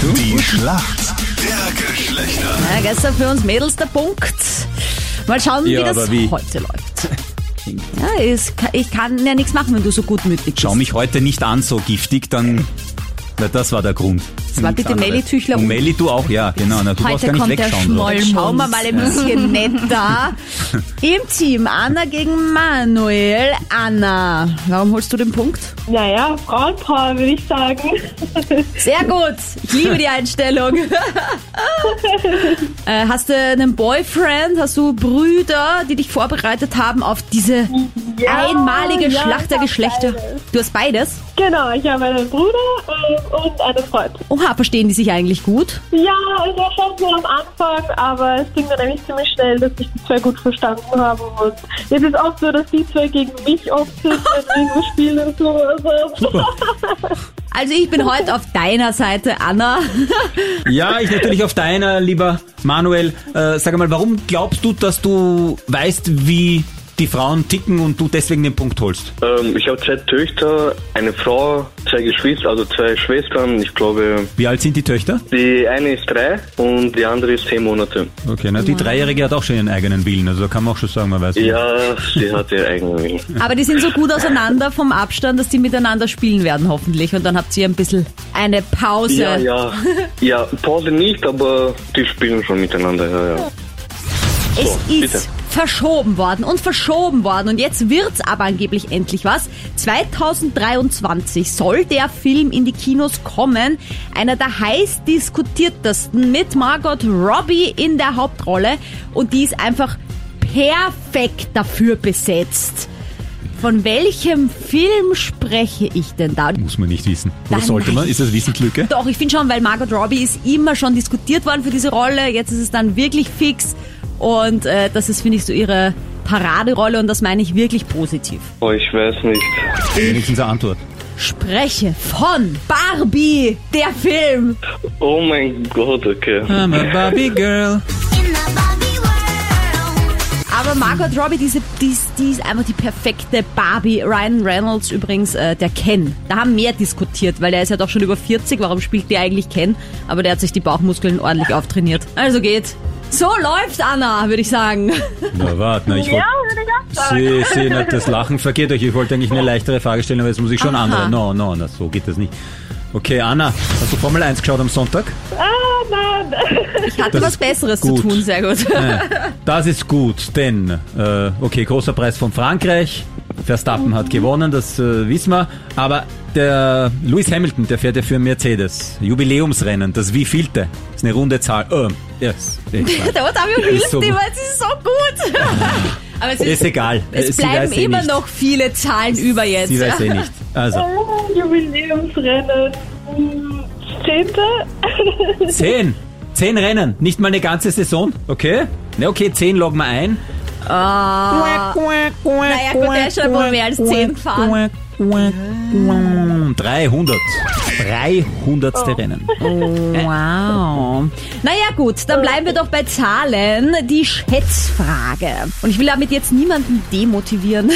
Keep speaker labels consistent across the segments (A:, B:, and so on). A: Hm?
B: Die Schlacht der Geschlechter.
C: Ja, gestern für uns Mädels der Punkt. Mal schauen,
A: Ja,
C: wie das
A: aber wie?
C: heute läuft. Ja, ist, ich kann ja nichts machen, wenn du so gutmütig bist.
A: Schau mich heute nicht an, so giftig, dann. Na, das war der Grund.
C: Das war bitte Melly Tüchler.
A: Und Melli, du auch, ja, genau. Na, du brauchst
C: Heute
A: gar nicht
C: kommt der
A: wegschauen. oder?
C: Schmollmund. Schauen wir mal ein bisschen netter. Im Team Anna gegen Manuel. Anna, warum holst du den Punkt?
D: Naja, Frauenpower würde ich sagen.
C: Sehr gut. Ich liebe die Einstellung. äh, hast du einen Boyfriend? Hast du Brüder, die dich vorbereitet haben auf diese einmalige
D: ja,
C: Schlacht der
D: ich hab
C: Geschlechter?
D: beides.
C: Du hast beides?
D: Genau, ich habe einen Bruder und, und einen Freund.
C: Oha, verstehen die sich eigentlich gut?
D: Ja, also es war schon so am Anfang, aber es ging dann eigentlich ziemlich schnell, dass sich die zwei gut verstanden haben. Und jetzt ist oft so, dass die zwei gegen mich oft sind, wenn wir irgendwo spielen und so. Also,
C: Also ich bin heute auf deiner Seite, Anna.
A: Ja, ich natürlich auf deiner, lieber Manuel. Äh, sag mal, warum glaubst du, dass du weißt, wie die Frauen ticken und du deswegen den Punkt holst?
E: Ähm, ich habe zwei Töchter, eine Frau, zwei Geschwister, also zwei Schwestern. Ich glaube,
A: Wie alt sind die Töchter?
E: die eine ist drei und die andere ist zehn Monate.
A: Okay, na, die Dreijährige hat auch schon ihren eigenen Willen, also da kann man auch schon sagen, man weiß. nicht.
E: Ja, sie hat ihr eigenen Willen.
C: Aber die sind so gut auseinander vom Abstand, dass die miteinander spielen werden hoffentlich. Und dann habt ihr ein bisschen eine Pause.
E: Ja, ja. Ja, Pause nicht, aber die spielen schon miteinander. Ja, ja.
C: Es
E: So,
C: ist
E: bitte.
C: verschoben worden und verschoben worden und jetzt wird's aber angeblich endlich was. 2023 soll der Film in die Kinos kommen. Einer der heiß diskutiertesten mit Margot Robbie in der Hauptrolle und die ist einfach perfekt dafür besetzt. Von welchem Film spreche ich denn da?
A: Muss man nicht wissen. Oder
C: Nein,
A: sollte man?
C: nein.
A: Ist das Wissenslücke?
C: Doch, ich finde schon, weil Margot Robbie ist immer schon diskutiert worden für diese Rolle. Jetzt ist es dann wirklich fix. Und äh, das ist, finde ich, so ihre Paraderolle und das meine ich wirklich positiv.
E: Oh, ich weiß nicht.
A: Wenigstens eine Antwort.
C: Spreche von Barbie, der Film.
E: Oh mein Gott, okay.
A: I'm a Barbie Girl.
F: In the Barbie world.
C: Aber Margot Robbie, diese, die, ist- die ist einfach die perfekte Barbie. Ryan Reynolds übrigens, äh, der Ken. Da haben mehr diskutiert, weil der ist ja doch schon über 40. Warum spielt der eigentlich Ken? Aber der hat sich die Bauchmuskeln ordentlich auftrainiert. Also geht's. So läuft's, Anna, würde ich sagen.
A: Na, warte, na, ich wollte.
D: ja, würde ich auch sagen.
A: Sie, Sie, na, das Lachen vergeht euch. Ich wollte eigentlich eine leichtere Frage stellen, aber jetzt muss ich schon
C: Aha.
A: andere. No, no, na, so geht das nicht. Okay, Anna, hast du Formel 1 geschaut am Sonntag?
D: Ah, nein.
C: Ich hatte
A: Das
C: was
A: ist
C: Besseres
A: gut.
C: zu tun, sehr gut.
A: Das ist gut, denn, äh, okay, großer Preis von Frankreich. Verstappen
C: Mhm.
A: hat gewonnen, das äh, wissen wir. Aber der Lewis Hamilton, der fährt ja für Mercedes. Jubiläumsrennen, das wievielte? Ist eine runde Zahl. Ähm, yes, egal.
C: Der Otavio hilft
A: so-
C: immer, es ist so gut. Aber es ist,
A: ist egal.
C: es
A: Äh, sie
C: bleiben
A: weiß eh
C: immer
A: nicht.
C: noch viele Zahlen über jetzt.
A: Sie weiß eh nicht. Also,
D: Jubiläumsrennen. Hm, Zehnte?
A: zehn. Zehn Rennen, nicht mal eine ganze Saison. Okay? Na okay, zehn loggen wir ein.
C: Naja, gut, der ist schon wohl mehr als 10 gefahren.
A: 300. 300. Mm, Rennen.
C: Wow. Naja gut, dann bleiben wir doch bei Zahlen. Die Schätzfrage. Und ich will damit jetzt niemanden demotivieren.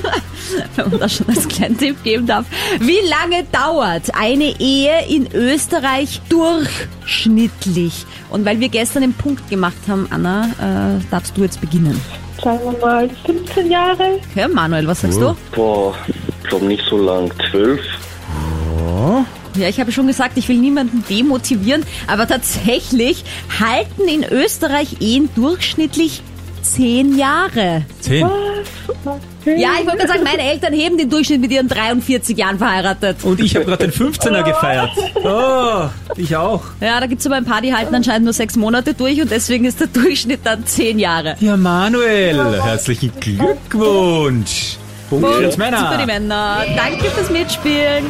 C: Wenn man das schon als kleinen Tipp geben darf. Wie lange dauert eine Ehe in Österreich durchschnittlich? Und weil wir gestern den Punkt gemacht haben, Anna, äh, darfst du jetzt beginnen.
D: Sagen wir mal 15 Jahre.
C: Okay, Manuel, was sagst
E: Boah, ich glaube nicht so lang. Zwölf?
C: du? Ja, ich habe schon gesagt, ich will niemanden demotivieren, aber tatsächlich halten in Österreich Ehen durchschnittlich zehn Jahre.
A: Zehn.
C: Ja, ich wollte gerade sagen, meine Eltern heben den Durchschnitt mit ihren 43 Jahren verheiratet.
A: Und ich habe gerade den 15er gefeiert. Oh, ich auch.
C: Ja, da gibt's aber ein paar, die halten anscheinend nur sechs Monate durch und deswegen ist der Durchschnitt dann zehn Jahre.
A: Ja, Manuel, herzlichen Glückwunsch. Punkt für die
C: Für die
A: Männer.
C: Männer. Danke fürs Mitspielen.